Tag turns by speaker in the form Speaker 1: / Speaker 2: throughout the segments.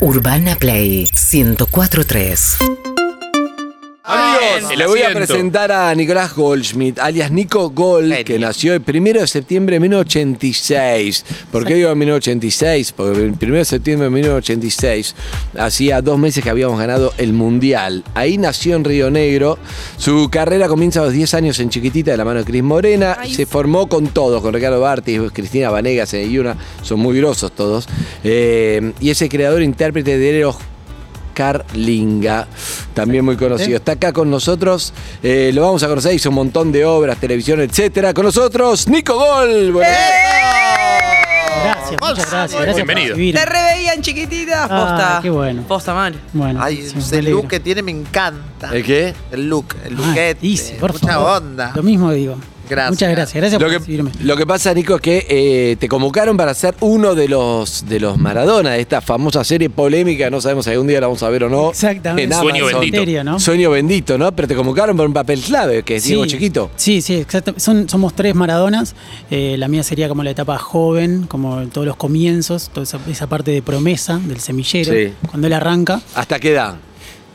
Speaker 1: Urbana Play 1043.
Speaker 2: Amigos,
Speaker 3: Ah, el
Speaker 2: le voy a
Speaker 3: asiento.
Speaker 2: presentar a Nicolás Goldschmidt, alias Nico Gold,
Speaker 3: Genio.
Speaker 2: que nació el 1 de septiembre de 1986. ¿Por qué digo 1986? Porque el 1 de septiembre de 1986 hacía dos meses que habíamos ganado el Mundial. Ahí nació en Río Negro. Su carrera comienza a los 10 años en Chiquitita de la mano de Cris Morena. Se formó con todos, con Ricardo Bartis, Cristina Vanegas, en Yuna. Son muy grosos todos. Eh, y es el creador e intérprete de los Carlinga, también muy conocido. Está acá con nosotros, eh, lo vamos a conocer, hizo un montón de obras, televisión, etcétera. Con nosotros, Nico Gol. Bueno,
Speaker 4: Gracias, muchas gracias. gracias
Speaker 3: Bienvenido.
Speaker 4: Por recibir.
Speaker 5: Te reveían chiquitita,
Speaker 4: Ah,
Speaker 5: posta.
Speaker 4: qué bueno.
Speaker 5: Posta mal.
Speaker 4: Bueno,
Speaker 6: Ay,
Speaker 4: sí, me
Speaker 6: ese
Speaker 4: alegro.
Speaker 6: look que tiene me encanta.
Speaker 2: ¿El qué?
Speaker 6: El look, el
Speaker 4: Ah,
Speaker 6: lookete.
Speaker 4: dice, por
Speaker 6: mucha
Speaker 4: favor.
Speaker 6: onda.
Speaker 4: Lo mismo digo.
Speaker 6: Gracias.
Speaker 4: Muchas gracias, gracias
Speaker 2: Lo
Speaker 4: por
Speaker 2: que,
Speaker 4: recibirme.
Speaker 2: lo que pasa, Nico, es que eh, te convocaron para ser uno de los de los Maradona, de esta famosa serie polémica, no sabemos si algún día la vamos a ver o no.
Speaker 4: Exactamente.
Speaker 2: En
Speaker 3: Sueño
Speaker 2: Amazon.
Speaker 3: bendito.
Speaker 4: Serio, ¿no?
Speaker 2: Sueño bendito, ¿no? Pero te convocaron por un papel clave, que es Diego Chiquito.
Speaker 4: Sí, sí, exacto. Son, somos tres Maradonas. Eh, la mía sería como la etapa joven, como todos los comienzos, toda esa, esa parte de promesa del semillero,
Speaker 2: Sí.
Speaker 4: cuando él arranca.
Speaker 2: ¿Hasta qué edad?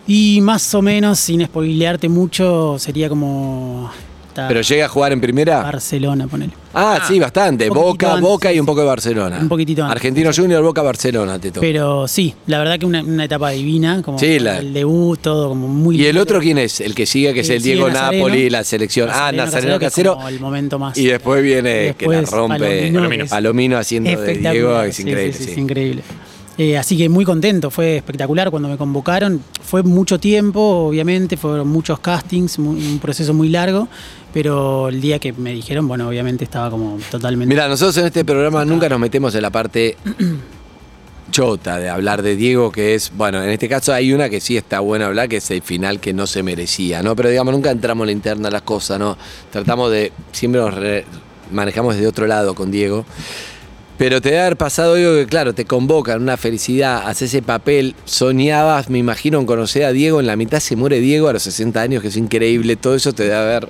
Speaker 4: Y más o menos, sin spoilearte mucho, sería como. hasta
Speaker 2: ¿Pero llega a jugar en primera?
Speaker 4: Barcelona, ponele.
Speaker 2: Ah, sí, bastante.
Speaker 4: Un poquitito
Speaker 2: Boca,
Speaker 4: antes,
Speaker 2: Boca y
Speaker 4: sí,
Speaker 2: un
Speaker 4: sí.
Speaker 2: poco de Barcelona.
Speaker 4: Un poquitito antes.
Speaker 2: Argentino Junior, Boca, Barcelona, te toca.
Speaker 4: Pero sí, la verdad que una, una etapa divina, como
Speaker 2: Sí, la-
Speaker 4: el debut, todo como muy
Speaker 2: ¿Y el
Speaker 4: lindo.
Speaker 2: otro quién es? El que sigue, que es
Speaker 4: Eh,
Speaker 2: el
Speaker 4: sigue
Speaker 2: Diego
Speaker 4: Nazareno.
Speaker 2: Napoli, la selección. Ah, Nazareno
Speaker 4: que es
Speaker 2: Casero.
Speaker 4: como el momento más.
Speaker 2: Y después viene que la
Speaker 4: Después
Speaker 2: rompe
Speaker 4: Palomino,
Speaker 3: Palomino.
Speaker 4: que es
Speaker 2: Palomino haciendo de
Speaker 4: espectacular.
Speaker 2: Diego, es
Speaker 4: Sí,
Speaker 2: increíble.
Speaker 4: sí, sí,
Speaker 2: sí.
Speaker 4: es increíble. Eh, así que muy contento, fue espectacular cuando me convocaron. Fue mucho tiempo, obviamente, fueron muchos castings, mu- un proceso muy largo, pero el día que me dijeron, bueno, obviamente estaba como totalmente...
Speaker 2: Mira, nosotros en este programa nunca nos metemos en la parte chota de hablar de Diego, que es, bueno, en este caso hay una que sí está buena hablar, que es el final que no se merecía, ¿no? Pero digamos, nunca entramos en la interna de las cosas, ¿no? Tratamos de, siempre nos re- manejamos desde otro lado con Diego. Pero te debe haber pasado algo que, claro, te convocan, una felicidad, haces ese papel, soñabas, me imagino, en conocer a Diego, en la mitad se muere Diego a los 60 años, que es increíble, todo eso te debe haber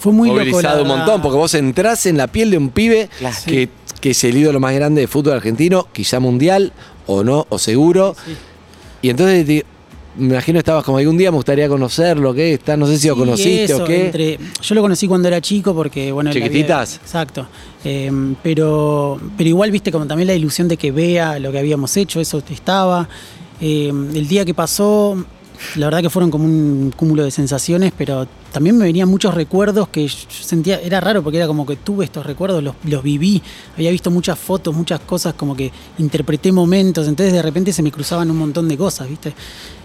Speaker 4: fue muy loco, la
Speaker 2: movilizado un
Speaker 4: verdad.
Speaker 2: montón, porque vos entrás en la piel de un pibe que, que es el ídolo más grande de fútbol argentino, quizá mundial, o no, o seguro. Y entonces te- me imagino estabas como algún día me gustaría conocerlo, ¿qué? Está, no sé si lo
Speaker 4: Sí,
Speaker 2: conociste
Speaker 4: eso,
Speaker 2: o qué.
Speaker 4: entre- yo lo conocí cuando era chico porque, bueno... él había-
Speaker 2: ¿Chiquititas?
Speaker 4: exacto. Eh, pero, pero igual, viste, como también la ilusión de que vea lo que habíamos hecho, eso estaba. Eh, el día que pasó, la verdad que fueron como un cúmulo de sensaciones, pero también me venían muchos recuerdos que yo sentía, era raro porque era como que tuve estos recuerdos, los, los viví, había visto muchas fotos, muchas cosas, como que interpreté momentos, entonces de repente se me cruzaban un montón de cosas, viste.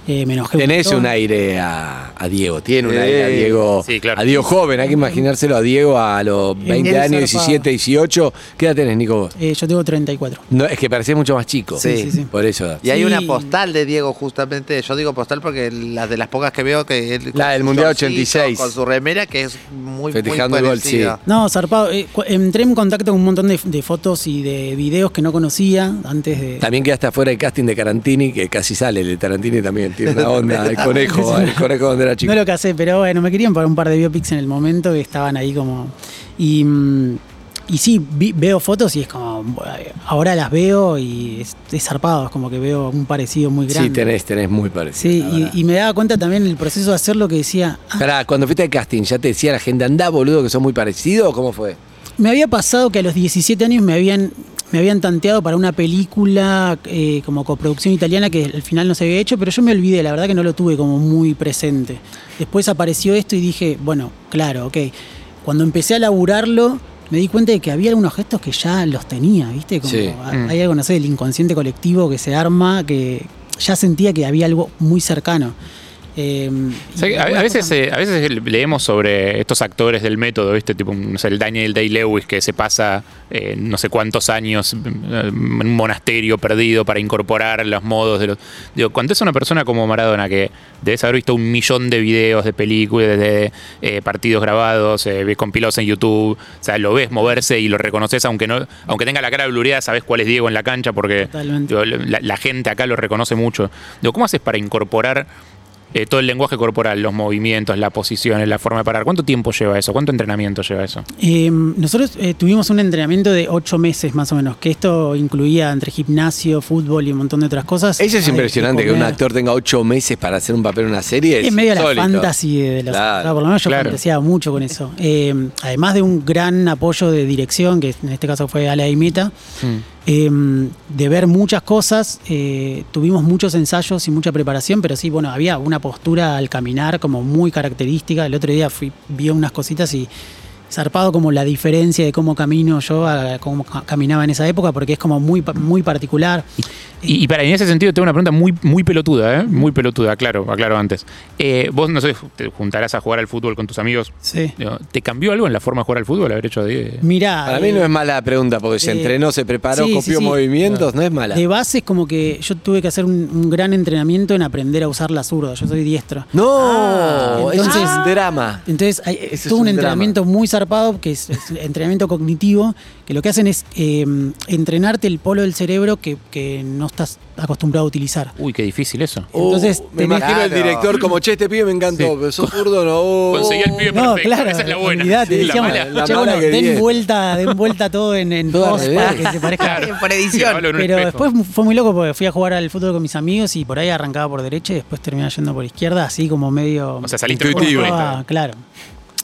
Speaker 4: Eh, me enojé. un
Speaker 2: Tenés
Speaker 4: montón.
Speaker 2: un aire a, a Diego, tiene un aire a Diego,
Speaker 3: Sí, claro.
Speaker 2: a Diego joven, hay que imaginárselo a Diego a los 20
Speaker 4: zarpado.
Speaker 2: años, 17, 18. ¿Qué edad tenés, Nico? vos?
Speaker 4: Eh, yo tengo 34.
Speaker 2: No, es que parecés mucho más chico.
Speaker 6: Sí, sí,
Speaker 4: sí.
Speaker 2: Por eso.
Speaker 6: Y hay
Speaker 4: Sí.
Speaker 6: una postal de Diego, justamente. Yo digo postal porque la de las pocas que veo que él.
Speaker 2: La
Speaker 6: con
Speaker 2: del
Speaker 6: su
Speaker 2: Mundial
Speaker 6: shortcito,
Speaker 2: 86.
Speaker 6: Con su remera, que es muy.
Speaker 2: Festejando
Speaker 6: muy
Speaker 2: el gol,
Speaker 6: parecida.
Speaker 2: sí.
Speaker 4: No, zarpado. Eh, cu- entré en contacto con un montón de, de fotos y de videos que no conocía antes de.
Speaker 2: También quedaste afuera el casting de Carantini, que casi sale. El de Tarantini también tiene una onda. El conejo, el conejo donde era chico.
Speaker 4: No lo casé, pero bueno, me querían para un par de biopics en el momento y estaban ahí como. Y, mm, y sí, vi- veo fotos y es como. eh, Ahora las veo y es, es zarpado, es como que veo un parecido muy grande.
Speaker 2: sí, tenés, tenés muy parecido.
Speaker 4: Sí,
Speaker 2: la
Speaker 4: y-
Speaker 2: verdad.
Speaker 4: y, me daba cuenta también el proceso de hacerlo que decía. ah,
Speaker 2: Pará, cuando fuiste al casting, ¿ya te decía la gente, andá boludo, que son muy parecidos? ¿Cómo fue?
Speaker 4: Me había pasado que a los 17 años me habían, me habían tanteado para una película eh, como coproducción italiana que al final no se había hecho, pero yo me olvidé, la verdad que no lo tuve como muy presente. Después apareció esto y dije, bueno, claro, ok. Cuando empecé a laburarlo, me di cuenta de que había algunos gestos que ya los tenía, ¿viste? Como,
Speaker 2: Sí.
Speaker 4: a-
Speaker 3: Mm.
Speaker 4: Hay algo, no sé, del inconsciente colectivo que se arma, que ya sentía que había algo muy cercano. Eh,
Speaker 3: O
Speaker 4: y
Speaker 3: sea, que a,
Speaker 4: algunas
Speaker 3: a veces,
Speaker 4: cosas-
Speaker 3: eh, a veces leemos sobre estos actores del método, ¿viste? Tipo, no sé, el Daniel Day-Lewis que se pasa eh, no sé cuántos años eh, en un monasterio perdido para incorporar los modos de los. Digo, cuando es una persona como Maradona que debes haber visto un millón de videos, de películas, de eh, partidos grabados, eh, ves compilados en YouTube, o sea, lo ves moverse y lo reconoces, aunque no aunque tenga la cara blureada, sabes cuál es Diego en la cancha porque
Speaker 4: Totalmente.
Speaker 3: digo, la, la gente acá lo reconoce mucho. Digo, ¿cómo haces para incorporar Eh, todo el lenguaje corporal, los movimientos, las posiciones, la forma de parar. ¿Cuánto tiempo lleva eso? ¿Cuánto entrenamiento lleva eso?
Speaker 4: Eh, nosotros eh, tuvimos un entrenamiento de ocho meses más o menos, que esto incluía entre gimnasio, fútbol y un montón de otras cosas.
Speaker 2: Eso es
Speaker 4: Hay
Speaker 2: impresionante que
Speaker 4: comer.
Speaker 2: un actor tenga ocho meses para hacer un papel en una serie.
Speaker 4: Es medio la
Speaker 2: insólito.
Speaker 4: fantasy de los
Speaker 2: Claro.
Speaker 4: por lo menos yo
Speaker 3: Claro.
Speaker 4: fantaseaba mucho con eso. Eh, además de un gran apoyo de dirección, que en este caso fue Ala y Meta, eh, de ver muchas cosas, eh, tuvimos muchos ensayos y mucha preparación, pero sí, bueno, había una postura al caminar como muy característica. El otro día fui, vi unas cositas y zarpado como la diferencia de cómo camino yo a cómo ca- caminaba en esa época, porque es como muy, pa- muy particular.
Speaker 3: Y, y para en ese sentido tengo una pregunta muy, muy pelotuda, ¿eh? Muy pelotuda, claro, aclaro antes. Eh, vos, no sé, te juntarás a jugar al fútbol con tus amigos.
Speaker 4: Sí.
Speaker 3: Digo, ¿Te cambió algo en la forma de jugar al fútbol haber hecho de...
Speaker 4: Mirá.
Speaker 2: Para mí
Speaker 4: eh,
Speaker 2: no es mala la pregunta, porque se
Speaker 4: eh,
Speaker 2: entrenó, se preparó,
Speaker 4: sí, sí,
Speaker 2: copió
Speaker 4: sí.
Speaker 2: movimientos, no es mala.
Speaker 4: De base es como que yo tuve que hacer un, un gran entrenamiento en aprender a usar la zurda. Yo soy diestro.
Speaker 2: No, eso
Speaker 4: Ah, entonces-
Speaker 2: es un drama.
Speaker 4: Entonces, hay-
Speaker 2: Ese es
Speaker 4: tuve
Speaker 2: un
Speaker 4: un,
Speaker 2: drama.
Speaker 4: entrenamiento muy zarpado, que es, es entrenamiento cognitivo, que lo que hacen es eh, entrenarte el polo del cerebro que, que no estás acostumbrado a utilizar.
Speaker 3: Uy, qué difícil eso.
Speaker 4: Entonces,
Speaker 2: Uh, me
Speaker 4: tenés-
Speaker 2: imagino el
Speaker 6: Claro.
Speaker 2: director como, che, este pibe me encantó,
Speaker 3: Sí.
Speaker 2: pero sos zurdo, no.
Speaker 3: Conseguí al pibe
Speaker 4: No,
Speaker 3: perfecto,
Speaker 4: claro,
Speaker 3: esa es la buena.
Speaker 4: olvidate,
Speaker 2: Sí, la
Speaker 4: decíamos,
Speaker 2: mala, la
Speaker 4: "Che,
Speaker 2: mala
Speaker 4: bueno,
Speaker 2: que
Speaker 4: den
Speaker 2: viene".
Speaker 4: vuelta, den vuelta todo en, en
Speaker 2: Todo al
Speaker 4: post para
Speaker 2: revés.
Speaker 4: que se parezca
Speaker 6: Por edición.
Speaker 3: Hablo en un
Speaker 4: Pero
Speaker 3: espejo.
Speaker 4: después fue muy loco porque fui a jugar al fútbol con mis amigos y por ahí arrancaba por derecha y después terminaba yendo por izquierda, así como medio.
Speaker 3: O sea, saliste
Speaker 2: Intuitivo.
Speaker 3: por
Speaker 4: Ah, claro.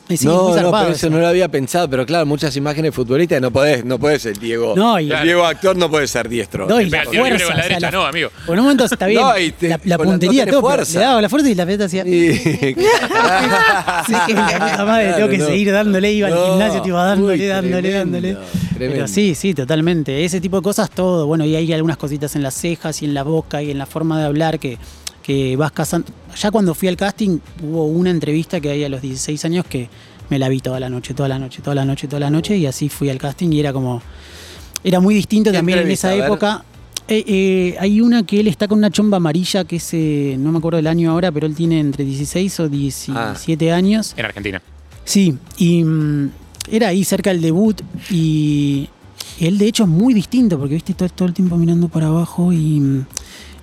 Speaker 4: Y sí, muy
Speaker 2: no, no,
Speaker 4: zarpado
Speaker 2: pero eso
Speaker 4: eso.
Speaker 2: no lo había pensado, pero claro, muchas imágenes futbolistas no podés, no podés ser Diego.
Speaker 4: No, y-
Speaker 2: El Diego actor no puede ser diestro.
Speaker 4: No, y
Speaker 3: Pero el
Speaker 4: la
Speaker 3: tiro libre
Speaker 4: fuerza.
Speaker 3: con la
Speaker 4: o sea,
Speaker 3: derecha,
Speaker 4: la-
Speaker 3: no, amigo.
Speaker 4: Por un momento está bien.
Speaker 2: No, y te-
Speaker 4: la, la
Speaker 2: con la- no
Speaker 4: puntería,
Speaker 2: tenés
Speaker 4: todo. pero
Speaker 2: fuerza.
Speaker 4: Le daba la fuerza y la pelota hacía.
Speaker 2: Y-
Speaker 4: Sí, que la puta madre, tengo que
Speaker 2: Claro, no.
Speaker 4: seguir dándole, iba
Speaker 2: No,
Speaker 4: al gimnasio, te iba dándole,
Speaker 2: uy,
Speaker 4: dándole,
Speaker 2: tremendo,
Speaker 4: dándole.
Speaker 2: tremendo.
Speaker 4: Pero sí, sí, totalmente. Ese tipo de cosas, todo. Bueno, y hay algunas cositas en las cejas y en la boca y en la forma de hablar que, que vas cazando. Ya cuando fui al casting, hubo una entrevista que había a los 16 años que me la vi toda la noche, toda la noche, toda la noche, toda la noche, y así fui al casting y era como. Era muy distinto
Speaker 2: ¿Qué
Speaker 4: también en
Speaker 2: entrevista?
Speaker 4: esa
Speaker 2: A ver.
Speaker 4: época. Eh, eh, hay una que él está con una chomba amarilla que es, eh, no me acuerdo del año ahora, pero él tiene entre 16 o 17 años.
Speaker 3: En Argentina.
Speaker 4: Sí, y mm, era ahí cerca del debut y él de hecho es muy distinto porque viste todo, todo el tiempo mirando para abajo y mm,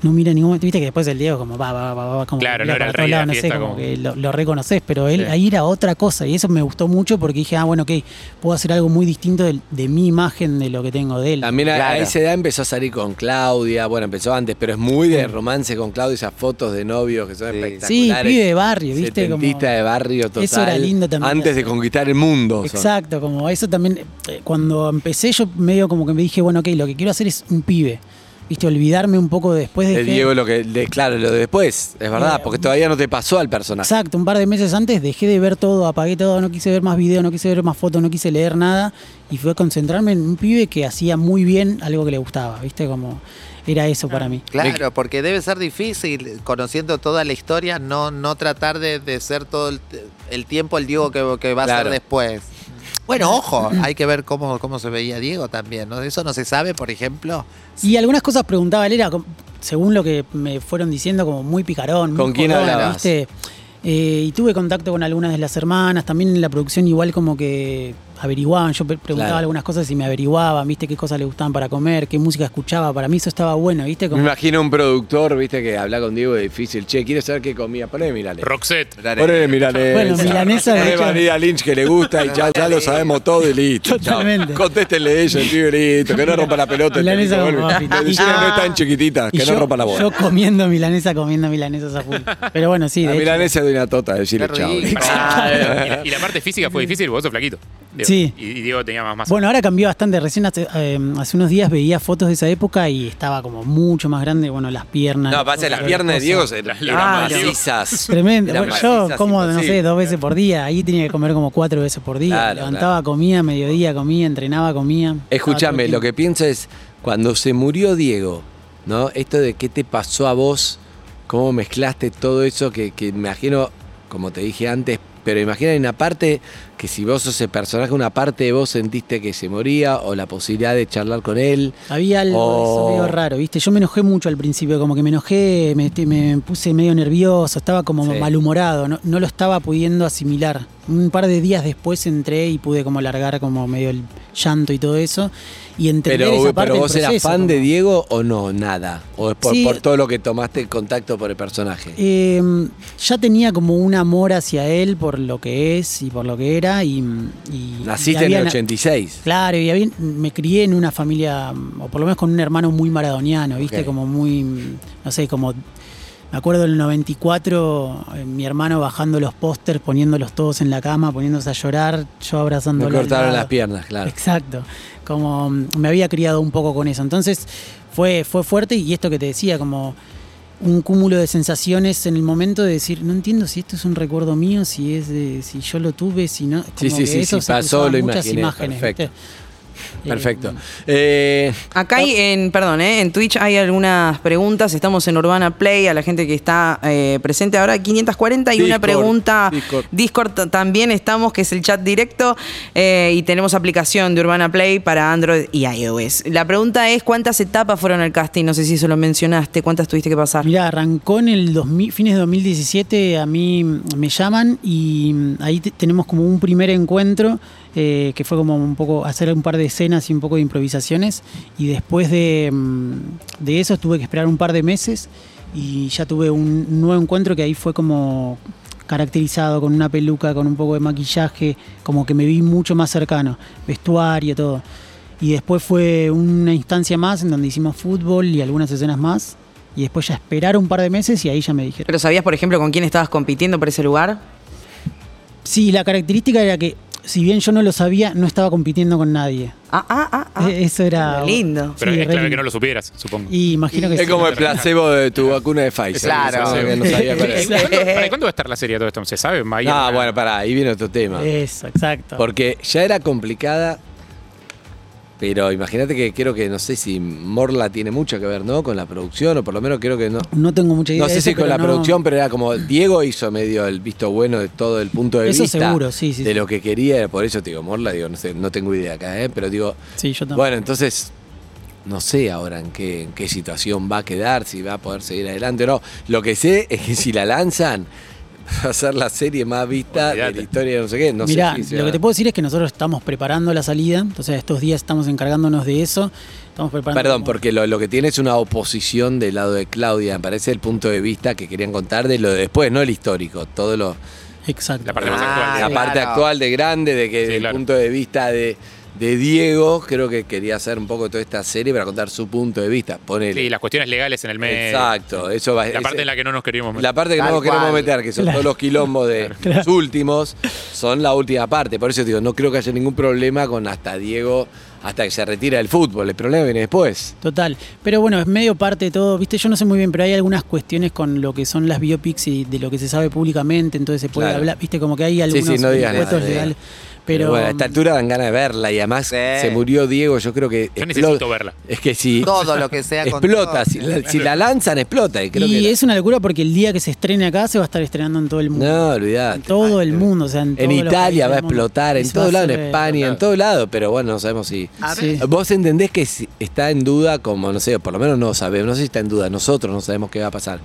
Speaker 4: no mira ningún viste que después el Diego como va va va va, va como
Speaker 3: Claro, no
Speaker 4: que mira
Speaker 3: era el
Speaker 4: para todos
Speaker 3: rey de la
Speaker 4: lados, no sé
Speaker 3: fiesta,
Speaker 4: como
Speaker 3: como-
Speaker 4: que lo, lo reconoces pero él
Speaker 3: Sí.
Speaker 4: ahí era otra cosa y eso me gustó mucho porque dije ah bueno ok puedo hacer algo muy distinto del- de, mi imagen de lo que tengo de él
Speaker 2: También a- a
Speaker 6: Claro.
Speaker 2: esa edad empezó a salir con Claudia, bueno, empezó antes, pero es muy de romance con Claudia, esas fotos de novios que son
Speaker 6: Sí.
Speaker 4: sí
Speaker 2: espectaculares.
Speaker 4: pibe de barrio viste como
Speaker 2: Setentista de barrio total.
Speaker 4: Eso era lindo también.
Speaker 2: Antes de conquistar el mundo. son.
Speaker 4: Exacto, como eso también, eh, cuando empecé yo medio como que me dije, bueno, ok, lo que quiero hacer es un pibe, viste, olvidarme un poco después de...
Speaker 2: De Diego lo que, de- claro, lo de después, es verdad,
Speaker 4: Eh,
Speaker 2: porque todavía no te pasó al personaje.
Speaker 4: Exacto, un par de meses antes dejé de ver todo, apagué todo, no quise ver más videos, no quise ver más fotos, no quise leer nada y fue a concentrarme en un pibe que hacía muy bien algo que le gustaba, viste, como era eso para mí.
Speaker 6: Claro, porque debe ser difícil, conociendo toda la historia, no, no tratar de, de ser todo el, el tiempo el Diego que, que va a
Speaker 2: Claro. Mm.
Speaker 6: ser después. Bueno, ojo, hay que ver cómo, cómo se veía Diego también, ¿no? Eso no se sabe, por ejemplo.
Speaker 4: Y algunas cosas preguntaba él, era com- según lo que me fueron diciendo, como muy picarón. muy
Speaker 2: ¿Con quién
Speaker 4: jodón,
Speaker 2: hablabas?
Speaker 4: ¿viste? Eh, y tuve contacto con algunas de las hermanas, también en la producción igual como que averiguaban, yo pre- preguntaba
Speaker 2: Claro.
Speaker 4: algunas cosas y me averiguaban, viste qué cosas le gustaban para comer, qué música escuchaba, para mí eso estaba bueno, viste
Speaker 2: Me
Speaker 4: como
Speaker 2: imagino un productor, viste, que habla con Diego es difícil. Che, quiero saber qué comía. Ponele Milanés.
Speaker 3: Roxette.
Speaker 2: Ponele Milanés.
Speaker 4: Bueno, milanesa de
Speaker 2: Ponele
Speaker 4: hecho.
Speaker 2: María Lynch que le gusta y ya, ya lo sabemos todo y listo. Chao.
Speaker 4: Totalmente.
Speaker 2: Contéstenle ellos, tío, listo. Que no rompa la pelota.
Speaker 4: Milanesa
Speaker 2: técnico,
Speaker 4: como
Speaker 2: vuelve.
Speaker 4: papi.
Speaker 2: La decisión no es tan chiquitita,
Speaker 4: y
Speaker 2: que no rompa la bola.
Speaker 4: yo comiendo milanesa, comiendo milanesas a full. Pero bueno, sí,
Speaker 2: la
Speaker 4: de hecho,
Speaker 2: milanesa de una tota, decirle
Speaker 6: Qué
Speaker 2: chao.
Speaker 6: rico.
Speaker 3: Y, y la parte física fue difícil, vos sos flaquito. Digo,
Speaker 4: Sí.
Speaker 3: Y, y Diego tenía más masa.
Speaker 4: Bueno, ahora cambió bastante. Recién hace, eh, hace unos días veía fotos de esa época y estaba como mucho más grande. Bueno, las piernas.
Speaker 2: No,
Speaker 4: las
Speaker 2: pasa que las
Speaker 4: cosas,
Speaker 2: piernas de
Speaker 4: cosas.
Speaker 2: Diego eran
Speaker 3: Ah, Diego.
Speaker 2: macizas.
Speaker 4: Tremendo.
Speaker 2: Eran
Speaker 4: Bueno, yo
Speaker 2: macizas,
Speaker 4: como, no sé,
Speaker 2: imposible.
Speaker 4: dos veces por día. Ahí tenía que comer como cuatro veces por día.
Speaker 2: pues, Claro,
Speaker 4: Levantaba, comía, mediodía, comía, entrenaba, comía.
Speaker 2: Escúchame, lo que pienso es, cuando se murió Diego, ¿no? Esto de qué te pasó a vos, cómo mezclaste todo eso, que, que imagino, como te dije antes, pero imagina hay una parte que si vos sos el personaje, una parte de vos sentiste que se moría o la posibilidad de charlar con él.
Speaker 4: Había algo de eso
Speaker 2: Oh.
Speaker 4: medio raro, ¿viste? Yo me enojé mucho al principio, como que me enojé, me, me puse medio nervioso, estaba como
Speaker 2: Sí.
Speaker 4: malhumorado, no, no lo estaba pudiendo asimilar. Un par de días después entré y pude como largar como medio el llanto y todo eso y entender
Speaker 2: Pero,
Speaker 4: esa
Speaker 2: pero
Speaker 4: parte del
Speaker 2: vos eras
Speaker 4: proceso,
Speaker 2: fan de
Speaker 4: como-
Speaker 2: Diego o no, nada. O es por,
Speaker 4: Sí.
Speaker 2: por todo lo que tomaste en contacto por el personaje.
Speaker 4: Eh, ya tenía como un amor hacia él por lo que es y por lo que era y, y-
Speaker 2: Naciste
Speaker 4: y
Speaker 2: en el
Speaker 4: había-
Speaker 2: 86.
Speaker 4: Claro, y había- me crié en una familia, o por lo menos con un hermano muy maradoniano, ¿viste?
Speaker 2: Ok.
Speaker 4: Como muy, no sé, como... Me acuerdo en el 94, eh, mi hermano bajando los pósters, poniéndolos todos en la cama, poniéndose a llorar, yo abrazándolo.
Speaker 2: Me
Speaker 4: al
Speaker 2: cortaron
Speaker 4: lado.
Speaker 2: las piernas, claro.
Speaker 4: Exacto. Como mm, me había criado un poco con eso. Entonces fue, fue fuerte y esto que te decía, como un cúmulo de sensaciones en el momento de decir, no entiendo si esto es un recuerdo mío, si es de, si yo lo tuve, si no. Como
Speaker 2: Sí, sí,
Speaker 4: que
Speaker 2: sí,
Speaker 4: eso
Speaker 2: sí,
Speaker 4: se
Speaker 2: pasó,
Speaker 4: cruzaban
Speaker 2: lo
Speaker 4: muchas
Speaker 2: imaginé,
Speaker 4: imágenes,
Speaker 2: perfecto.
Speaker 4: ¿viste? Eh,
Speaker 2: Perfecto. Eh,
Speaker 5: Acá hay en, perdón, ¿eh? en Twitch hay algunas preguntas. Estamos en Urbana Play, a la gente que está eh, presente ahora, 540 y una
Speaker 2: Discord,
Speaker 5: pregunta.
Speaker 2: Discord.
Speaker 5: Discord, t- también estamos, que es el chat directo, eh, y tenemos aplicación de Urbana Play para Android y iOS. La pregunta es, ¿cuántas etapas fueron al casting? No sé si eso lo mencionaste, ¿cuántas tuviste que pasar?
Speaker 4: Mirá, arrancó en el 2000, fines de 2017, a mí mm, me llaman y mm, ahí te- tenemos como un primer encuentro eh, que fue como un poco hacer un par de escenas y un poco de improvisaciones y después de, mm, de eso tuve que esperar un par de meses y ya tuve un nuevo encuentro que ahí fue como caracterizado con una peluca, con un poco de maquillaje, como que me vi mucho más cercano, vestuario, todo. Y después fue una instancia más en donde hicimos fútbol y algunas escenas más. Y después ya esperar un par de meses y ahí ya me dijeron.
Speaker 5: ¿Pero sabías, por ejemplo, con quién estabas compitiendo por ese lugar?
Speaker 4: Sí, la característica era que, si bien yo no lo sabía, no estaba compitiendo con nadie.
Speaker 5: Ah, ah, ah, ah.
Speaker 4: Eh, Eso era.
Speaker 5: Qué lindo.
Speaker 3: Pero
Speaker 4: Sí,
Speaker 3: es clave
Speaker 4: re-
Speaker 3: que no lo supieras, supongo.
Speaker 4: Y imagino que
Speaker 2: es
Speaker 4: sí.
Speaker 2: como el placebo de tu vacuna de Pfizer.
Speaker 6: Claro.
Speaker 2: No, que no sabía cuál era.
Speaker 3: ¿Y cuándo- ¿Para cuándo va a estar la serie de todo esto? ¿Se sabe? ¿Hay
Speaker 2: Ah,
Speaker 3: una-
Speaker 2: bueno, pará, ahí viene otro tema.
Speaker 4: Eso, exacto.
Speaker 2: Porque ya era complicada, pero imagínate que creo que, no sé si Morla tiene mucho que ver, ¿no? Con la producción, o por lo menos creo que no.
Speaker 4: no tengo mucha idea.
Speaker 2: No
Speaker 4: de
Speaker 2: sé
Speaker 4: eso,
Speaker 2: si con
Speaker 4: pero
Speaker 2: la
Speaker 4: no-
Speaker 2: producción, pero era como Diego hizo medio el visto bueno de todo el punto de
Speaker 4: Eso
Speaker 2: vista.
Speaker 4: seguro, sí, sí,
Speaker 2: De
Speaker 4: sí.
Speaker 2: lo que quería, por eso te digo, Morla, digo, no sé, no tengo idea acá, ¿eh? Pero digo,
Speaker 4: Sí, yo también.
Speaker 2: bueno, entonces, no sé ahora en qué, en qué situación va a quedar, si va a poder seguir adelante o no. Lo que sé es que si la lanzan, va a ser la serie más vista de
Speaker 3: Olvídate.
Speaker 2: la historia de no sé qué. No
Speaker 4: Mirá,
Speaker 2: sé si se
Speaker 4: lo
Speaker 2: va
Speaker 4: que
Speaker 2: a-
Speaker 4: te puedo decir es que nosotros estamos preparando la salida. Entonces, estos días estamos encargándonos de eso. Estamos preparando.
Speaker 2: Perdón,
Speaker 4: como-
Speaker 2: porque lo, lo que tiene es una oposición del lado de Claudia, me parece el punto de vista que querían contar de lo de después, no el histórico, todo lo,
Speaker 4: Exacto.
Speaker 3: La parte más
Speaker 6: Ah,
Speaker 3: actual.
Speaker 2: la
Speaker 3: digamos.
Speaker 2: parte
Speaker 6: claro.
Speaker 2: actual de grande, de que
Speaker 3: Sí,
Speaker 2: desde
Speaker 3: claro.
Speaker 2: el punto de vista de, de Diego, creo que quería hacer un poco toda esta serie para contar su punto de vista. Ponele.
Speaker 3: Sí, las cuestiones legales en el medio.
Speaker 2: Exacto, eso va
Speaker 3: La parte
Speaker 2: ese-
Speaker 3: en la que no nos queríamos meter.
Speaker 2: La parte que
Speaker 6: Tal
Speaker 2: no queremos
Speaker 6: cual.
Speaker 2: meter, que son todos los quilombos de los últimos, son la última parte. Por eso digo, no creo que haya ningún problema con hasta Diego, hasta que se retira del fútbol. El problema viene después.
Speaker 4: Total. Pero bueno, es medio parte de todo, ¿viste? Yo no sé muy bien, pero hay algunas cuestiones con lo que son las biopics y de lo que se sabe públicamente, entonces se puede
Speaker 2: Claro.
Speaker 4: hablar, ¿viste? Como que hay algunos
Speaker 2: sí, no digas
Speaker 4: huecos
Speaker 2: nada,
Speaker 4: legales. Pero, mm,
Speaker 2: bueno, a esta altura dan ganas de verla y además
Speaker 6: Sí.
Speaker 2: se murió Diego, yo creo que...
Speaker 3: Yo
Speaker 2: explo-
Speaker 3: necesito verla.
Speaker 2: Es que si
Speaker 6: Todo lo que sea con
Speaker 2: explota,
Speaker 6: todo.
Speaker 2: si la, si la lanzan explota. Y, creo
Speaker 4: y
Speaker 2: que
Speaker 4: es una locura porque el día que se estrene acá se va a estar estrenando en todo el mundo.
Speaker 2: No,
Speaker 4: en
Speaker 2: olvidate.
Speaker 4: todo el mundo, o sea, en,
Speaker 2: En
Speaker 4: todos los
Speaker 2: Italia
Speaker 4: países
Speaker 2: va a
Speaker 4: del mundo.
Speaker 2: explotar, en
Speaker 4: Eso va
Speaker 2: todo
Speaker 4: a
Speaker 2: lado, en
Speaker 4: ser, Ah, eh,
Speaker 2: España, en todo lado, pero bueno, no sabemos si...
Speaker 6: A
Speaker 4: Sí.
Speaker 6: ver,
Speaker 2: Vos entendés que si- está en duda, como no sé, por lo menos no sabemos, no sé si está en duda, nosotros no sabemos qué va a pasar.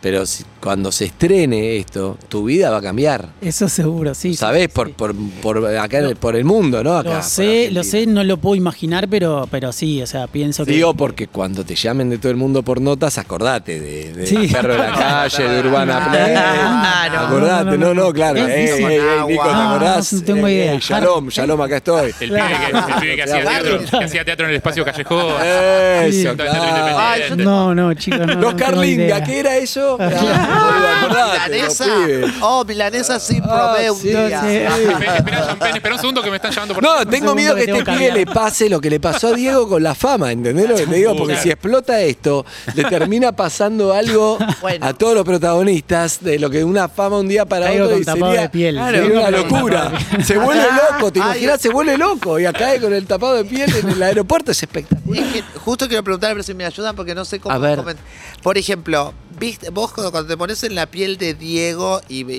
Speaker 2: Pero si- cuando se estrene esto, tu vida va a cambiar.
Speaker 4: Eso seguro, sí. sí,
Speaker 2: Sabés,
Speaker 4: sí,
Speaker 2: por,
Speaker 4: sí.
Speaker 2: por, por acá, en el- por el mundo, ¿no? Acá,
Speaker 4: Lo
Speaker 2: por
Speaker 4: sé, lo
Speaker 2: Argentina.
Speaker 4: sé, no lo puedo imaginar, pero, pero sí, o sea, pienso que.
Speaker 2: Digo, porque cuando te llamen de todo el mundo por notas, acordate de, de
Speaker 4: Sí.
Speaker 2: Perro de la Calle, de Urbana
Speaker 4: Ah,
Speaker 2: Play.
Speaker 4: claro.
Speaker 2: Acordate, no, no, claro.
Speaker 4: Es
Speaker 2: Eh,
Speaker 4: difícil.
Speaker 2: eh, eh, Nico, ¿te
Speaker 6: Ah,
Speaker 2: acordás?
Speaker 4: no tengo
Speaker 2: Eh,
Speaker 4: idea.
Speaker 2: eh, shalom, shalom, acá estoy.
Speaker 3: El pibe, que, el pibe que hacía
Speaker 6: Claro.
Speaker 3: teatro, que hacía teatro en el espacio callejón.
Speaker 2: Eso,
Speaker 3: Teatro independiente.
Speaker 2: claro.
Speaker 6: Ay, yo
Speaker 4: No, no, chicos. No,
Speaker 2: Los
Speaker 4: no tengo
Speaker 2: Carlinga,
Speaker 4: idea.
Speaker 2: ¿qué era eso?
Speaker 6: Ah,
Speaker 2: Acordate, los
Speaker 6: milanesa.
Speaker 2: pibes.
Speaker 6: Oh, milanesa sí
Speaker 2: Ah,
Speaker 6: probé un
Speaker 2: sí,
Speaker 6: día.
Speaker 4: sí.
Speaker 3: Espera, espera, John Penn, espera un segundo que me están llamando por
Speaker 2: No, tengo
Speaker 4: segundo
Speaker 2: miedo que
Speaker 4: que tengo
Speaker 2: este
Speaker 4: que
Speaker 2: pibe le
Speaker 4: cambiar.
Speaker 2: pase lo que le pasó a Diego con la fama, ¿entendés lo que te digo? Porque
Speaker 3: Claro.
Speaker 2: si explota esto, le termina pasando algo
Speaker 6: Bueno.
Speaker 2: a todos los protagonistas de lo que una fama un día para
Speaker 4: Caigo
Speaker 2: otro y
Speaker 4: con tapado
Speaker 2: sería,
Speaker 4: de piel.
Speaker 2: sería
Speaker 4: Claro.
Speaker 2: una
Speaker 4: Con tapado
Speaker 2: locura. Se vuelve loco, te imaginas, se vuelve loco y cae con el tapado de piel en el aeropuerto, es espectacular.
Speaker 6: Es que justo quiero preguntar, pero si me ayudan porque no sé cómo.
Speaker 2: A ver.
Speaker 6: coment- Por ejemplo, viste, vos cuando, cuando te pones en la piel de Diego y, y-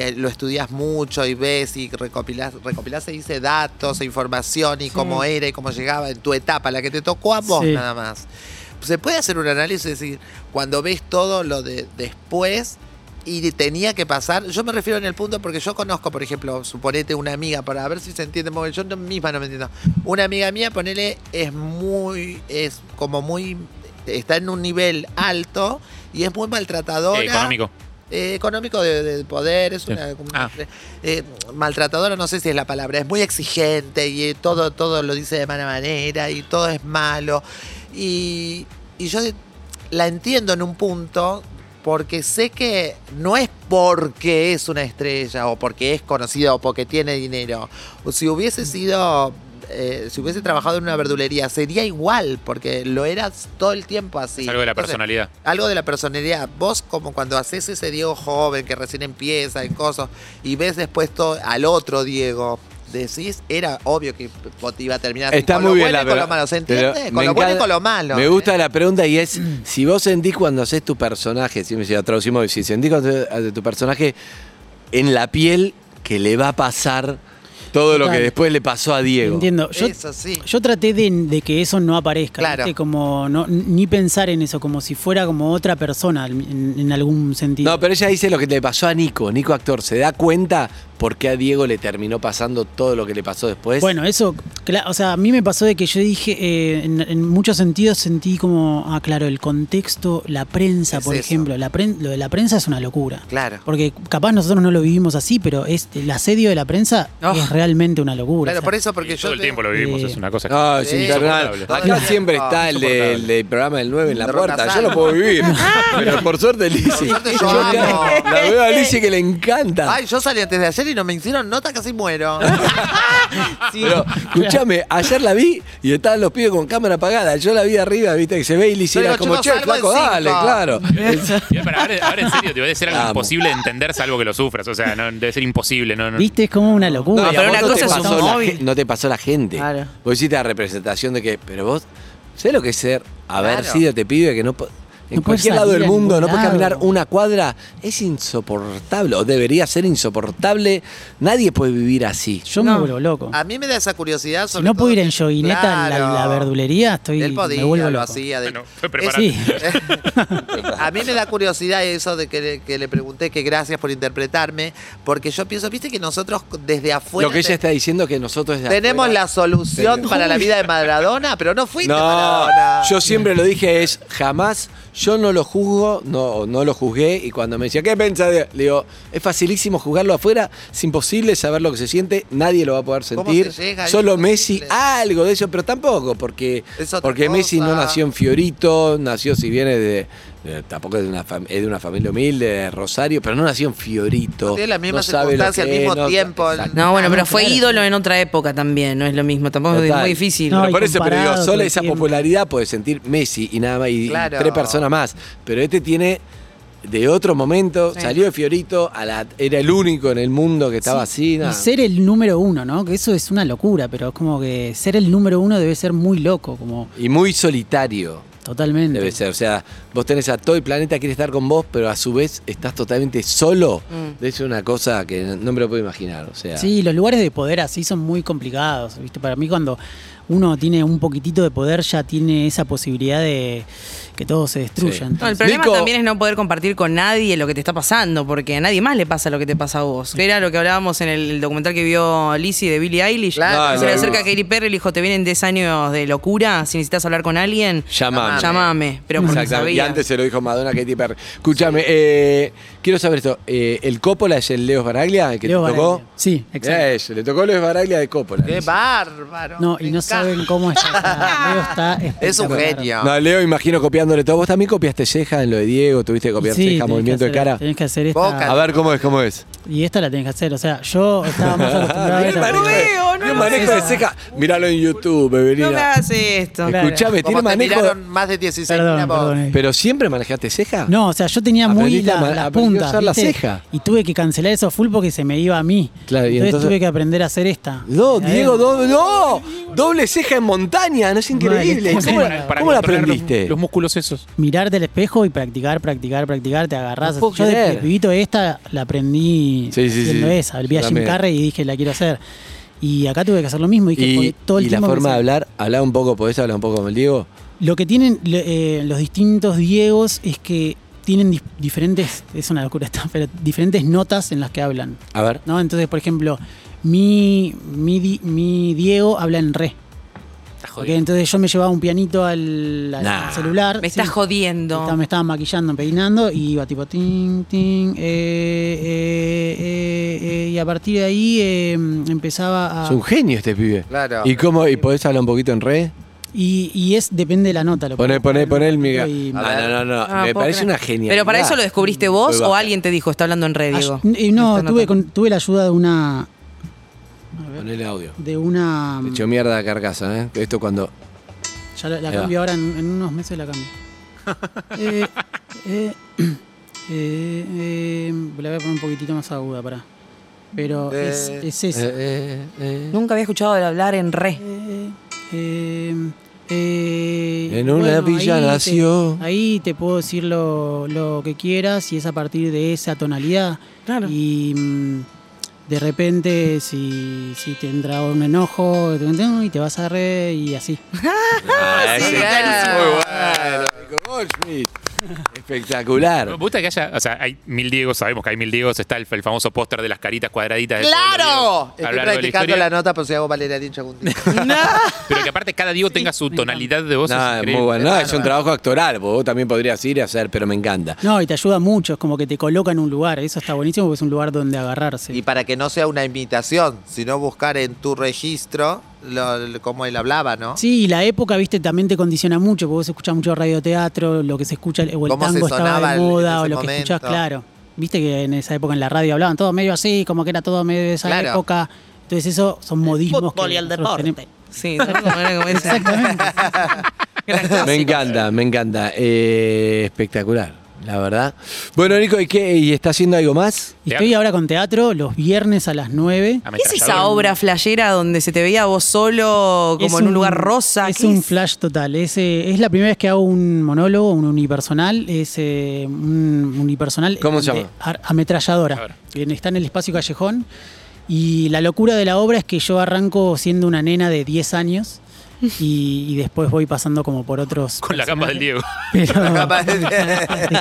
Speaker 6: y lo estudias mucho y ves y recopilás, recopilás se dice datos e información y cómo era y cómo llegaba en tu etapa, la que te tocó a vos
Speaker 4: Sí.
Speaker 6: nada más. Se puede hacer un análisis y decir, cuando ves todo lo de después y tenía que pasar, yo me refiero en el punto porque yo conozco, por ejemplo, suponete una amiga, para ver si se entiende, porque yo no- misma no me entiendo. Una amiga mía, ponele, es muy, es como muy, está en un nivel alto y es muy maltratadora.
Speaker 3: Eh, económico.
Speaker 6: Eh, económico de, de poder, es una, como una-
Speaker 3: Ah.
Speaker 6: eh, maltratadora, no sé si es la palabra, es muy exigente y eh, todo, todo lo dice de mala manera y todo es malo. Y, y yo de- la entiendo en un punto porque sé que no es porque es una estrella o porque es conocida o porque tiene dinero. O Si hubiese sido, eh, si hubiese trabajado en una verdulería, sería igual porque lo eras todo el tiempo así.
Speaker 3: Es algo de la
Speaker 6: Entonces,
Speaker 3: personalidad.
Speaker 6: algo de la personalidad. Vos, como cuando haces ese Diego joven que recién empieza en cosas y ves después todo al otro Diego, decís, era obvio que Poti iba a terminar así,
Speaker 2: Está
Speaker 6: con
Speaker 2: muy
Speaker 6: lo
Speaker 2: bien
Speaker 6: bueno
Speaker 2: la
Speaker 6: y con lo
Speaker 2: pregu-
Speaker 6: malo, ¿se
Speaker 2: pero
Speaker 6: entiende? Con
Speaker 2: me
Speaker 6: lo bueno y
Speaker 2: encanta-
Speaker 6: con lo malo.
Speaker 2: Me
Speaker 6: ¿eh?
Speaker 2: gusta la pregunta y es, si vos sentís cuando haces tu personaje, si me decía, traducimos, si sentís cuando haces tu personaje en la piel que le va a pasar todo lo que
Speaker 4: Total.
Speaker 2: después le pasó a Diego.
Speaker 4: Entiendo. Yo,
Speaker 6: Eh, Eso sí.
Speaker 4: yo traté de, de que eso no aparezca,
Speaker 6: Claro.
Speaker 4: ¿viste? como no, ni pensar en eso, como si fuera como otra persona en, en algún sentido.
Speaker 2: No, pero ella dice lo que le pasó a Nico, Nico actor, ¿se da cuenta por qué a Diego le terminó pasando todo lo que le pasó después?
Speaker 4: Bueno, eso, cla- o sea, a mí me pasó de que yo dije, eh, en, en muchos sentidos sentí como, ah, claro, el contexto, la prensa,
Speaker 6: Es
Speaker 4: por
Speaker 6: eso.
Speaker 4: ejemplo, la pren- lo de la prensa es una locura.
Speaker 6: Claro.
Speaker 4: Porque capaz nosotros no lo vivimos así, pero es, el asedio de la prensa
Speaker 6: Oh.
Speaker 4: es realmente una locura.
Speaker 6: Claro,
Speaker 4: o sea,
Speaker 6: por eso, porque
Speaker 3: Y
Speaker 6: yo.
Speaker 3: todo el
Speaker 6: te-
Speaker 3: tiempo lo vivimos,
Speaker 4: Eh,
Speaker 3: es una cosa.
Speaker 2: No, es
Speaker 6: Sí.
Speaker 2: infernal.
Speaker 3: Insoportable.
Speaker 2: Acá
Speaker 6: Todo el
Speaker 2: siempre
Speaker 6: tiempo.
Speaker 2: está el, de- el del programa del 9 en la
Speaker 6: De
Speaker 2: puerta. Yo
Speaker 6: Rocasal.
Speaker 2: lo puedo vivir. Pero por suerte, Lizzie.
Speaker 6: suerte yo
Speaker 2: Yo acá
Speaker 6: amo.
Speaker 2: La veo a Lizzie que le encanta.
Speaker 6: Ay, yo salí antes de ayer y no me hicieron nota, casi muero.
Speaker 2: Pero, escúchame, ayer la vi y estaban los pibes con cámara apagada. Yo la vi arriba, viste, que se ve y Lizzie
Speaker 6: Yo
Speaker 2: era
Speaker 6: digo,
Speaker 2: como,
Speaker 6: chicos,
Speaker 2: che,
Speaker 6: salgo en
Speaker 2: flaco, dale,
Speaker 6: cinco".
Speaker 2: claro.
Speaker 3: Y ahora, ahora- ahora en serio, te voy a decir algo
Speaker 2: Amo.
Speaker 3: imposible de entender salvo que lo sufras. O sea, no, debe ser imposible. No, no.
Speaker 4: Viste, es como una locura.
Speaker 2: No,
Speaker 5: pero
Speaker 2: y a
Speaker 5: una
Speaker 2: vos no
Speaker 5: cosa
Speaker 2: te
Speaker 5: es un
Speaker 2: pasó la
Speaker 5: móvil.
Speaker 2: gen- No te pasó la gente.
Speaker 5: Claro.
Speaker 2: Vos hiciste la representación de que, pero vos, ¿sabés lo que es ser haber
Speaker 6: Claro.
Speaker 2: sido te pibe que no po- en
Speaker 4: No podés
Speaker 2: cualquier lado
Speaker 4: salir
Speaker 2: del
Speaker 4: a
Speaker 2: mundo,
Speaker 4: ningún
Speaker 2: no puedes
Speaker 4: lado.
Speaker 2: caminar una cuadra? Es insoportable, o debería ser insoportable. Nadie puede vivir así.
Speaker 4: Yo
Speaker 5: No.
Speaker 4: me vuelvo loco.
Speaker 6: A mí me da esa curiosidad.
Speaker 4: Si
Speaker 6: Sobre
Speaker 4: no
Speaker 6: todo
Speaker 4: puedo ir en
Speaker 6: que-
Speaker 4: joguineta a la-
Speaker 6: Claro.
Speaker 4: la, verdulería, estoy,
Speaker 6: Él podía,
Speaker 4: me vuelvo
Speaker 6: lo
Speaker 4: loco.
Speaker 6: hacía. de-
Speaker 3: Bueno, fue
Speaker 6: Es-
Speaker 3: preparante.
Speaker 6: a mí me da curiosidad eso de que, le- que le pregunté que gracias por interpretarme, porque yo pienso, viste que nosotros desde afuera
Speaker 2: lo que ella
Speaker 6: te-
Speaker 2: está diciendo que nosotros desde
Speaker 6: este tenemos
Speaker 2: afuera-
Speaker 6: la solución
Speaker 2: Tenemos.
Speaker 6: para la vida de Maradona, pero no fuiste
Speaker 2: No,
Speaker 6: Maradona.
Speaker 2: yo siempre lo dije es jamás, yo no lo juzgo, no, no lo juzgué y cuando me decía, ¿qué pensás? de-?" Le digo, es facilísimo jugarlo afuera, es imposible saber lo que se siente, nadie lo va a poder
Speaker 6: ¿Cómo
Speaker 2: sentir,
Speaker 6: se llega ahí?
Speaker 2: solo Messi,
Speaker 6: Imposible.
Speaker 2: algo de eso, pero tampoco, porque,
Speaker 6: Es otra
Speaker 2: porque Messi no
Speaker 6: cosa.
Speaker 2: nació en Fiorito, nació si viene de... de- tampoco es de, una fam- es de una familia humilde, de Rosario, pero no nació en Fiorito.
Speaker 6: Tiene la misma
Speaker 2: no sabe lo
Speaker 6: circunstancia al
Speaker 2: que es,
Speaker 6: mismo
Speaker 2: no-
Speaker 6: tiempo.
Speaker 2: Exacto.
Speaker 5: No, bueno, pero fue
Speaker 4: Claro.
Speaker 5: ídolo en otra época también, no es lo mismo, tampoco es
Speaker 2: Total.
Speaker 5: muy difícil.
Speaker 4: No,
Speaker 2: Pero
Speaker 4: y
Speaker 2: por eso, pero digo,
Speaker 4: comparado
Speaker 2: solo
Speaker 4: todo el
Speaker 2: esa
Speaker 4: tiempo.
Speaker 2: popularidad puede sentir Messi y nada más, y, y
Speaker 6: Claro.
Speaker 2: tres personas más. Pero este tiene de otro momento, salió de Fiorito, a la, era el único en el mundo que estaba así. nada.
Speaker 4: Y ser el número uno, ¿no? Que eso es una locura, pero es como que ser el número uno debe ser muy loco, como
Speaker 2: Y muy solitario
Speaker 4: totalmente.
Speaker 2: debe ser. O sea, vos tenés a todo el planeta, quiere estar con vos, pero a su vez estás totalmente solo. De Es una cosa que no me lo puedo imaginar. O sea,
Speaker 4: Sí, los lugares de poder así son muy complicados, ¿viste? Para mí cuando uno tiene un poquitito de poder ya tiene esa posibilidad de que todo se destruya.
Speaker 2: Sí.
Speaker 5: No, el
Speaker 4: entonces.
Speaker 5: problema
Speaker 2: Nico-
Speaker 5: también es no poder compartir con nadie lo que te está pasando, porque a nadie más le pasa lo que te pasa a vos. Que era lo que hablábamos en el, el documental que vio Lizzie de Billie Eilish.
Speaker 6: Claro.
Speaker 5: Que se le
Speaker 2: No, no,
Speaker 5: acerca a
Speaker 2: no.
Speaker 5: Katy Perry y le dijo, te vienen 10 años de locura, si necesitas hablar con alguien,
Speaker 2: llamame.
Speaker 5: llamame. Pero porque
Speaker 2: Exactamente. Y
Speaker 5: sabía.
Speaker 2: antes se lo dijo Madonna a Katy Perry. Escúchame, eh, quiero saber esto. Eh, ¿El Coppola es el Leo Baraglia, el que
Speaker 4: Leo
Speaker 2: te tocó? Eh.
Speaker 4: Baraglia. Sí, exacto.
Speaker 2: Mirá eso, le tocó Leo Baraglia de Coppola.
Speaker 6: Qué
Speaker 2: dice.
Speaker 6: bárbaro.
Speaker 4: No, y
Speaker 6: me
Speaker 4: no
Speaker 6: encanta.
Speaker 4: saben cómo está. Leo está
Speaker 6: Es un
Speaker 4: espectacular.
Speaker 6: genio.
Speaker 2: No, Leo, imagino copiándole todo. Vos también copiaste ceja en lo de Diego, tuviste que
Speaker 4: Y
Speaker 2: copiar
Speaker 4: sí, tenés
Speaker 2: ceja,
Speaker 4: que
Speaker 2: movimiento de
Speaker 4: hacer- este,
Speaker 2: cara.
Speaker 4: Tenés que hacer esta.
Speaker 6: Boca,
Speaker 2: A ver cómo es, cómo es.
Speaker 4: Y esta la tenés que hacer. O sea, yo estaba más acostumbrado a
Speaker 2: Mirá el
Speaker 4: esta
Speaker 2: manejo
Speaker 4: película.
Speaker 2: de-
Speaker 5: veo, no
Speaker 2: mirá el
Speaker 5: lo
Speaker 2: ¿eh? manejo
Speaker 4: sé.
Speaker 2: de ceja. Míralo en YouTube,
Speaker 5: No me
Speaker 2: Evelina.
Speaker 5: hagas esto.
Speaker 2: Escuchame, tiene
Speaker 6: Como te
Speaker 2: manejo.
Speaker 6: tiraron más de 16 mira
Speaker 4: Perdón,
Speaker 6: vos.
Speaker 4: perdón. eh.
Speaker 2: Pero siempre manejaste ceja.
Speaker 4: No, o sea, yo tenía muy
Speaker 2: Aprendiste a
Speaker 4: la,
Speaker 2: ma-
Speaker 4: la
Speaker 2: aprendí a
Speaker 4: punta.
Speaker 2: usar la
Speaker 4: ¿viste?
Speaker 2: ceja.
Speaker 4: Y tuve que cancelar eso full porque se me iba a mí.
Speaker 2: Claro, y
Speaker 4: entonces,
Speaker 2: entonces-
Speaker 4: tuve que aprender a hacer esta.
Speaker 2: No,
Speaker 4: Mirá,
Speaker 2: Diego,
Speaker 4: eh.
Speaker 2: do- no. Doble doble ceja en montaña, no es increíble.
Speaker 4: qué
Speaker 2: ¿Cómo,
Speaker 4: cosa.
Speaker 2: la- cómo la
Speaker 3: controlar los-
Speaker 2: aprendiste?
Speaker 3: Los, músculos esos.
Speaker 4: Mirarte al espejo y practicar, practicar, practicar, te agarrás.
Speaker 2: No puedo
Speaker 4: Yo de-
Speaker 2: creer.
Speaker 4: de pibito esta la aprendí
Speaker 2: Sí, sí,
Speaker 4: haciendo
Speaker 2: sí.
Speaker 4: esa. Vi a
Speaker 2: Yo
Speaker 4: Jim
Speaker 2: también.
Speaker 4: Carrey y dije, la quiero hacer. Y acá tuve que hacer lo mismo. Dije,
Speaker 2: Y,
Speaker 4: joder, todo el
Speaker 2: y la
Speaker 4: tiempo
Speaker 2: forma
Speaker 4: pensé-
Speaker 2: de hablar, hablar un poco, ¿podés hablar un poco con el Diego?
Speaker 4: Lo que tienen le- eh, los distintos Diegos es que tienen dif- diferentes, es una locura esta, pero diferentes notas en las que hablan.
Speaker 2: A ver.
Speaker 4: ¿no? Entonces, por ejemplo, mi, mi, Di- mi Diego habla en re. ¿ok? Entonces yo me llevaba un pianito al, al
Speaker 2: Nah.
Speaker 4: celular.
Speaker 5: Me estás
Speaker 4: sí.
Speaker 5: jodiendo.
Speaker 4: Estaba- me estaba maquillando, peinando y iba tipo ting, ting, eh, eh, eh, eh, y a partir de ahí eh, empezaba
Speaker 2: Es
Speaker 4: a...
Speaker 2: un genio este pibe.
Speaker 6: Claro.
Speaker 2: ¿Y cómo? ¿Y podés hablar un poquito en re?
Speaker 4: Y, y es, depende de la nota. Lo
Speaker 2: Poné, poné,
Speaker 4: podés poner
Speaker 2: poné el
Speaker 4: un
Speaker 2: miga.
Speaker 4: ratito y-
Speaker 2: Ah, no, no, no.
Speaker 5: Ah,
Speaker 2: Me
Speaker 5: puedo
Speaker 2: parece
Speaker 5: creer.
Speaker 2: una genialidad.
Speaker 5: Pero para eso lo descubriste
Speaker 2: Muy
Speaker 5: vos o
Speaker 2: baja.
Speaker 5: alguien te dijo, está hablando en red, Diego.
Speaker 4: Ay- eh, no,
Speaker 5: Esta
Speaker 4: tuve,
Speaker 5: nota.
Speaker 4: con- tuve la ayuda de una...
Speaker 2: Poné el audio.
Speaker 4: De una...
Speaker 2: Te echó mierda la carcasa, ¿eh? Esto cuando.
Speaker 4: Ya la, la
Speaker 2: Ahí va.
Speaker 4: cambio ahora, en, en unos meses la cambio. eh, eh, eh, eh, la voy a poner un poquitito más aguda, para. Pero es,
Speaker 6: Eh,
Speaker 4: es eso.
Speaker 2: Eh, eh, eh.
Speaker 5: Nunca había escuchado de hablar en re.
Speaker 4: Eh, eh, eh,
Speaker 2: En una villa
Speaker 4: ahí te-
Speaker 2: nació.
Speaker 4: ahí te puedo decir lo, lo que quieras y es a partir de esa tonalidad.
Speaker 5: Claro.
Speaker 4: Y mm, de repente, si, si te entra un enojo, te- y te vas a re y así.
Speaker 2: Ah,
Speaker 5: sí,
Speaker 2: ese
Speaker 5: claro.
Speaker 2: es muy bueno, Nico Goldschmidt. Espectacular.
Speaker 3: Me gusta que haya, o sea, hay mil Diegos, sabemos que hay mil Diegos, está el, el famoso póster de las caritas cuadraditas. de todos
Speaker 6: ¡Claro!
Speaker 3: los Diegos a
Speaker 6: Estoy
Speaker 3: lo largo de la
Speaker 6: practicando
Speaker 3: historia.
Speaker 6: la nota por si hago Valeria Dinch algún día.
Speaker 3: Pero que aparte cada Diego tenga su tonalidad de voz. es
Speaker 2: No, es
Speaker 3: increíble.
Speaker 2: muy bueno. No, es un trabajo actoral, porque vos también podrías ir a hacer, pero me encanta.
Speaker 4: No, y te ayuda mucho, es como que te coloca en un lugar, eso está buenísimo porque es un lugar donde agarrarse.
Speaker 6: Y para que no sea una imitación, sino buscar en tu registro lo- lo- cómo él hablaba, ¿no?
Speaker 4: Sí, y la época, viste, también te condiciona mucho, porque vos escuchás mucho radioteatro, lo que se escucha, o el
Speaker 6: Cómo se
Speaker 4: tango estaba
Speaker 6: sonaba
Speaker 4: de
Speaker 6: en
Speaker 4: moda,
Speaker 6: ese
Speaker 4: o lo que escuchás,
Speaker 6: momento.
Speaker 4: claro. Viste que en esa época en la radio hablaban todo medio así, como que era todo medio de esa
Speaker 6: Claro.
Speaker 4: época. Entonces eso son modismos.
Speaker 7: fútbol
Speaker 4: que
Speaker 7: y el
Speaker 4: nosotros
Speaker 7: deporte.
Speaker 4: tenemos.
Speaker 5: Sí, de alguna manera como esa.
Speaker 2: Me encanta, me encanta. Eh, espectacular, la verdad. Bueno, Nico, ¿y qué? ¿Y está haciendo algo más?
Speaker 4: Y estoy ahora con teatro los viernes a las 9.
Speaker 5: ¿Qué es esa obra flayera donde se te veía vos solo, como
Speaker 4: Es
Speaker 5: en un, lugar rosa?
Speaker 4: Es
Speaker 5: ¿Qué
Speaker 4: un flash total. Es, eh, es la primera vez que hago un monólogo, un unipersonal. Es eh, un unipersonal.
Speaker 2: ¿Cómo se
Speaker 4: de
Speaker 2: llama?
Speaker 4: ar- Ametralladora. Bien, Está en el espacio callejón. Y la locura de la obra es que yo arranco siendo una nena de 10 años y, y después voy pasando como por otros.
Speaker 3: Con la capa del Diego.
Speaker 4: Pero-
Speaker 6: Capaz-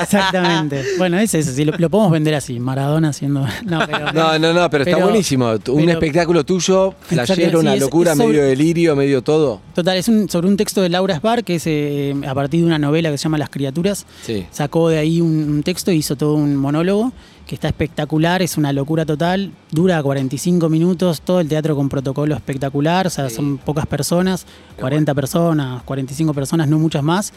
Speaker 4: exactamente. Bueno, es eso. sí, lo, lo podemos vender así. Maradona haciendo. No, pero,
Speaker 2: No, no, no, pero, está
Speaker 4: Pero-
Speaker 2: buenísimo. Un
Speaker 4: pero-
Speaker 2: espectáculo tuyo,
Speaker 4: Exacto,
Speaker 2: flashero, una
Speaker 4: sí, es-
Speaker 2: locura,
Speaker 4: es sobre-
Speaker 2: medio delirio, medio todo.
Speaker 4: Total, es un- sobre un texto de Laura Sbar, que es eh, a partir de una novela que se llama Las criaturas.
Speaker 2: Sí.
Speaker 4: Sacó de ahí un, un texto e hizo todo un monólogo, que está espectacular, es una locura total. Dura 45 minutos, todo el teatro con protocolo espectacular, o sea, son pocas personas, 40 personas, 45 personas, no muchas más.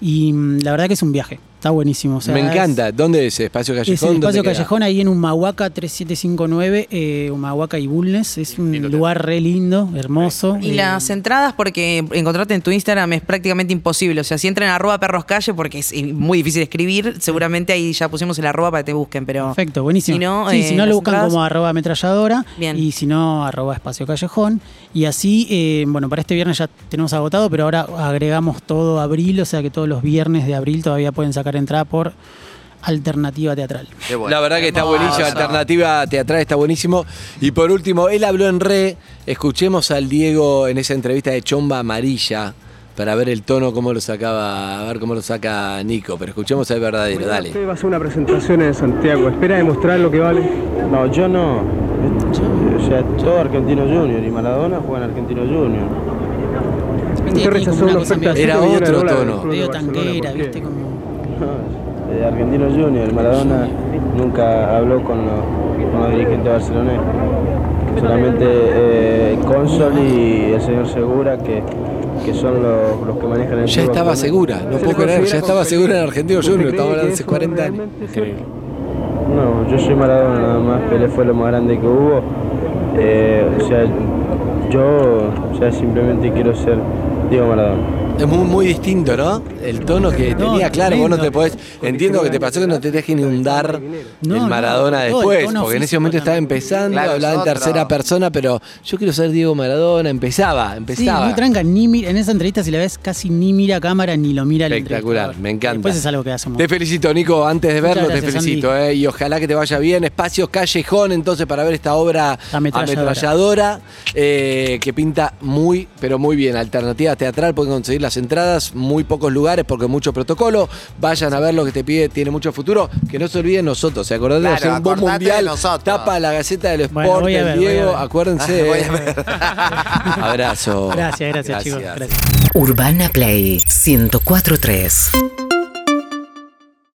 Speaker 4: Y mm, la verdad que es un viaje, está buenísimo. o sea,
Speaker 2: me
Speaker 4: es-
Speaker 2: encanta. ¿Dónde es? ¿Espacio Callejón?
Speaker 4: es el
Speaker 2: ¿Dónde
Speaker 4: espacio
Speaker 2: queda?
Speaker 4: callejón ahí en Humahuaca 3759, eh, Humahuaca y Bulnes. Es un
Speaker 3: Lindo
Speaker 4: lugar re lindo, hermoso.
Speaker 5: Y
Speaker 4: eh,
Speaker 5: las entradas, porque encontrarte en tu Instagram es prácticamente imposible. O sea, si entran a arroba perros calle, porque es muy difícil escribir, seguramente ahí ya pusimos el arroba para que te busquen, pero.
Speaker 4: Perfecto, buenísimo.
Speaker 5: Si no,
Speaker 4: sí,
Speaker 5: eh,
Speaker 4: si no
Speaker 5: las
Speaker 4: lo buscan
Speaker 5: entradas-
Speaker 4: como arroba ametralladora
Speaker 5: Bien.
Speaker 4: y si no, arroba espacio callejón. Y así, eh, bueno, para este viernes ya tenemos agotado, pero ahora agregamos todo abril, o sea que todos los viernes de abril todavía pueden sacar entrada por alternativa teatral.
Speaker 6: Qué bueno.
Speaker 2: La verdad que está
Speaker 5: Hermoso.
Speaker 2: buenísimo, alternativa teatral está buenísimo. Y por último, él habló en re, escuchemos al Diego en esa entrevista de Chomba Amarilla para ver el tono, cómo lo sacaba, a ver cómo lo saca Nico, pero escuchemos al verdadero, dale.
Speaker 8: Usted va a hacer una presentación en Santiago, espera demostrar lo que vale.
Speaker 9: No, yo no. O sea, todo Argentino Junior y Maradona juegan Argentino Junior.
Speaker 4: Tiene
Speaker 8: Usted
Speaker 4: como
Speaker 8: rechazó
Speaker 4: una
Speaker 8: una
Speaker 4: cosa
Speaker 8: oferta de
Speaker 4: medio-
Speaker 2: Era
Speaker 8: 7 millones de
Speaker 2: otro
Speaker 8: dólares del
Speaker 2: tono.
Speaker 8: Club de
Speaker 4: medio
Speaker 8: Barcelona,
Speaker 4: tanguera,
Speaker 8: ¿por qué?
Speaker 4: viste, como...
Speaker 9: Eh, Argentino Junior, Maradona nunca habló con los, con los dirigentes de Barcelona. Solamente eh, el cónsul y el señor Segura, que, que son los, los que manejan el
Speaker 2: Ya
Speaker 9: club
Speaker 2: estaba
Speaker 9: actualmente.
Speaker 2: segura, no
Speaker 8: ¿Se
Speaker 2: puedo
Speaker 8: le
Speaker 2: creer, ya
Speaker 8: considera
Speaker 2: estaba
Speaker 8: competente?
Speaker 2: segura en Argentino
Speaker 8: ¿Usted
Speaker 2: Junior,
Speaker 8: cree que
Speaker 2: estamos hablando hace
Speaker 8: eso
Speaker 2: 40 años.
Speaker 8: realmente es cierto?
Speaker 9: No, yo soy Maradona nada más, Pelé fue lo más grande que hubo. Eh, o sea, yo o sea, simplemente quiero ser Diego Maradona.
Speaker 2: Es muy, muy distinto, ¿no? el tono que
Speaker 4: No,
Speaker 2: tenía, claro, vos no
Speaker 4: tremendo.
Speaker 2: te podés. Entiendo que te pasó que no te tenés que inundar
Speaker 4: No,
Speaker 2: el
Speaker 4: no,
Speaker 2: Maradona
Speaker 4: todo el
Speaker 2: después,
Speaker 4: tono
Speaker 2: porque en ese
Speaker 4: físico
Speaker 2: momento estaba
Speaker 4: también.
Speaker 2: empezando,
Speaker 6: Claro, es
Speaker 2: hablaba en
Speaker 6: otro.
Speaker 2: tercera persona, pero yo quiero ser Diego Maradona, empezaba,
Speaker 4: Sí,
Speaker 2: empezaba.
Speaker 4: muy tranca, ni mira- en esa entrevista si la ves casi ni mira a cámara ni lo mira el
Speaker 2: Espectacular,
Speaker 4: entrevistador.
Speaker 2: me encanta.
Speaker 4: Después es algo que hacemos.
Speaker 2: Te felicito, Nico. Antes de
Speaker 4: Muchas
Speaker 2: verlo, te
Speaker 4: gracias,
Speaker 2: felicito. eh, y ojalá que te vaya bien. Espacios Callejón, entonces, para ver esta obra
Speaker 4: Ametralladora.
Speaker 2: ametralladora, eh, que pinta muy, pero muy bien. Alternativa teatral, pueden conseguir las entradas. Muy pocos lugares, porque mucho protocolo. Vayan a ver lo que te pide, tiene mucho futuro. Que no se olviden nosotros. ¿Se acordaron?
Speaker 6: Claro,
Speaker 2: un buen
Speaker 6: acordate de
Speaker 2: mundial.
Speaker 6: nosotros.
Speaker 2: Tapa la Gaceta del
Speaker 4: Bueno,
Speaker 2: Sport,
Speaker 4: voy a
Speaker 2: del
Speaker 4: ver, voy a
Speaker 2: Diego.
Speaker 4: ver.
Speaker 2: Acuérdense.
Speaker 6: Ah, Voy
Speaker 2: eh.
Speaker 6: a ver.
Speaker 2: Abrazo.
Speaker 4: Gracias, gracias, chicos. Gracias.
Speaker 1: Urbana Play 1043.